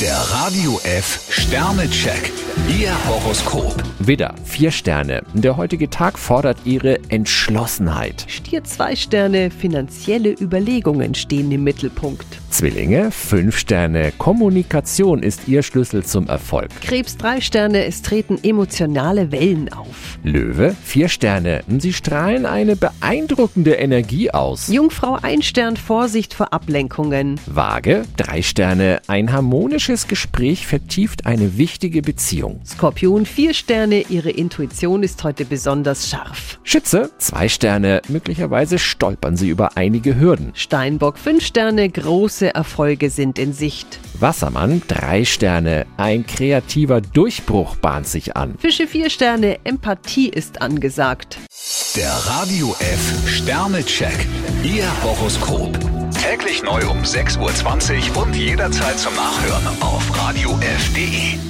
Der Radio F Sternecheck. Ihr Horoskop. Widder, vier Sterne. Der heutige Tag fordert Ihre Entschlossenheit. Stier zwei Sterne, finanzielle Überlegungen stehen im Mittelpunkt. Zwillinge, fünf Sterne. Kommunikation ist Ihr Schlüssel zum Erfolg. Krebs drei Sterne, es treten emotionale Wellen auf. Löwe, vier Sterne. Sie strahlen eine beeindruckende Energie aus. Jungfrau ein Stern, Vorsicht vor Ablenkungen. Waage, drei Sterne. Ein harmonisches Gespräch vertieft eine wichtige Beziehung. Skorpion vier Sterne, ihre Intuition ist heute besonders scharf. Schütze, zwei Sterne. Möglicherweise stolpern Sie über einige Hürden. Steinbock fünf Sterne, große Erfolge sind in Sicht. Wassermann, drei Sterne. Ein kreativer Durchbruch bahnt sich an. Fische vier Sterne, Empathie ist angesagt. Der Radio F Sternecheck. Ihr Horoskop. Täglich neu um 6.20 Uhr und jederzeit zum Nachhören auf Radio radiof.de.